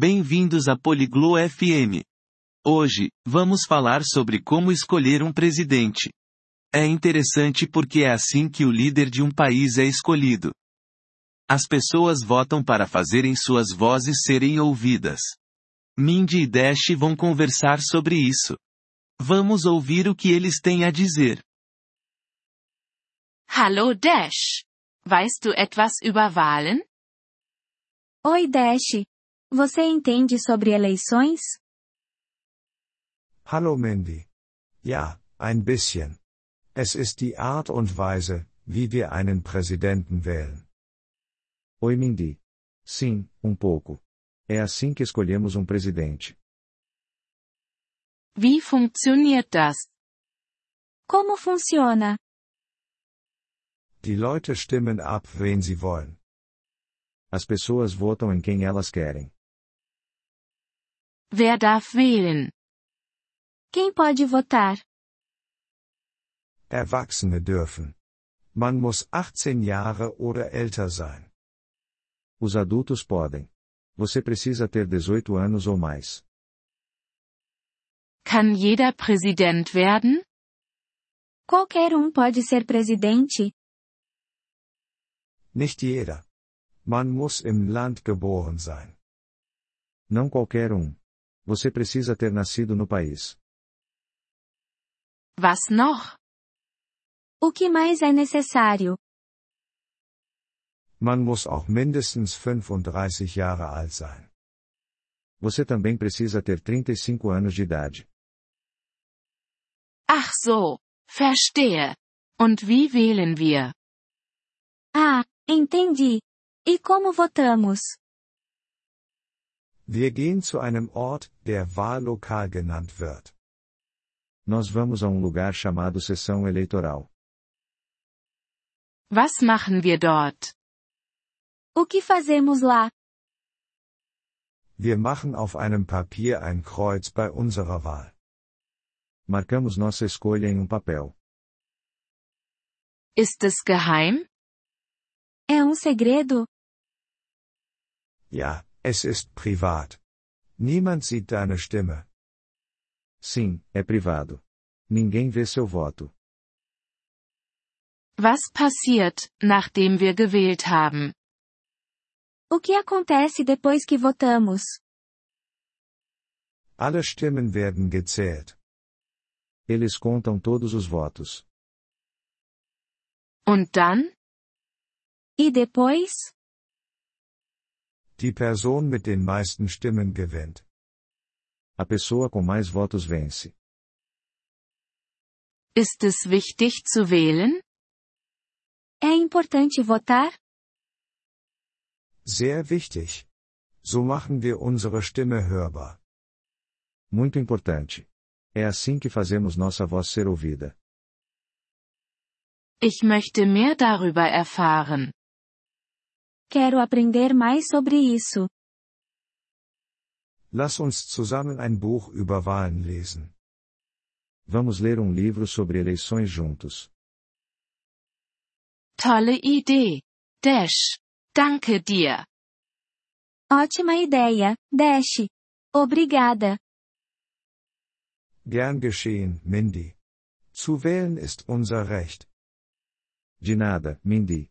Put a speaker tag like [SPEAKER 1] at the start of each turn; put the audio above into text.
[SPEAKER 1] Bem-vindos à Poliglo FM. Hoje, vamos falar sobre como escolher um presidente. É interessante porque é assim que o líder de um país é escolhido. As pessoas votam para fazerem suas vozes serem ouvidas. Mindy e Dash vão conversar sobre isso. Vamos ouvir o que eles têm a dizer.
[SPEAKER 2] Hallo Dash. Weißt du etwas über Wahlen?
[SPEAKER 3] Oi, Dash. Você entende sobre eleições?
[SPEAKER 4] Hallo Mandy. Ja, ein bisschen. Es ist die Art und Weise, wie wir einen Präsidenten wählen.
[SPEAKER 5] Oi, Mindy. Sim, um pouco. É assim que escolhemos um presidente.
[SPEAKER 2] Wie funktioniert das?
[SPEAKER 3] Como funciona?
[SPEAKER 4] Die Leute stimmen ab, wen sie wollen.
[SPEAKER 5] As pessoas votam em quem elas querem.
[SPEAKER 2] Wer darf wählen?
[SPEAKER 3] Quem pode votar?
[SPEAKER 4] Erwachsene dürfen. Man muss 18 Jahre oder älter sein.
[SPEAKER 5] Os adultos podem. Você precisa ter 18 anos ou mais.
[SPEAKER 2] Kann jeder Präsident werden?
[SPEAKER 3] Qualquer um pode ser presidente?
[SPEAKER 4] Nicht jeder. Man muss im Land geboren sein.
[SPEAKER 5] Não qualquer um. Você precisa ter nascido no país.
[SPEAKER 2] Was noch?
[SPEAKER 3] O que mais é necessário?
[SPEAKER 4] Man muss auch mindestens 35 Jahre alt sein.
[SPEAKER 5] Você também precisa ter
[SPEAKER 4] e
[SPEAKER 5] 35 anos de idade.
[SPEAKER 2] Ach so, verstehe. Und wie wählen wir?
[SPEAKER 3] Ah, entendi. E como votamos?
[SPEAKER 4] Wir gehen zu einem Ort, der Wahllokal genannt wird.
[SPEAKER 5] Nós vamos a um lugar chamado sessão eleitoral.
[SPEAKER 2] Was machen wir dort?
[SPEAKER 3] O que fazemos lá?
[SPEAKER 4] Wir machen auf einem Papier ein Kreuz bei unserer Wahl.
[SPEAKER 5] Marcamos nossa escolha em um papel.
[SPEAKER 2] Ist es geheim?
[SPEAKER 3] É um segredo?
[SPEAKER 4] Ja, es ist privat. Niemand sieht deine Stimme.
[SPEAKER 5] Sim, é privado. Ninguém vê seu voto.
[SPEAKER 2] Was passiert, nachdem wir gewählt haben?
[SPEAKER 3] O que acontece depois que votamos?
[SPEAKER 4] Alle Stimmen werden gezählt.
[SPEAKER 5] Eles contam todos os votos.
[SPEAKER 2] Und dann?
[SPEAKER 3] E depois?
[SPEAKER 4] Die Person mit den meisten Stimmen gewinnt.
[SPEAKER 5] A pessoa com mais votos vence.
[SPEAKER 2] Ist es wichtig zu wählen?
[SPEAKER 3] É importante votar?
[SPEAKER 4] Sehr wichtig. So machen wir unsere Stimme hörbar.
[SPEAKER 5] Muito importante. É assim que fazemos nossa voz ser ouvida.
[SPEAKER 2] Ich möchte mehr darüber erfahren.
[SPEAKER 3] Quero aprender mais sobre isso.
[SPEAKER 4] Lass uns zusammen ein Buch über Wahlen lesen.
[SPEAKER 5] Vamos ler um livro sobre eleições juntos.
[SPEAKER 2] Tolle Idee. Dash. Danke dir.
[SPEAKER 3] Ótima ideia, Dash. Obrigada.
[SPEAKER 4] Gern geschehen, Mindy. Zu wählen ist unser Recht.
[SPEAKER 5] De nada, Mindy.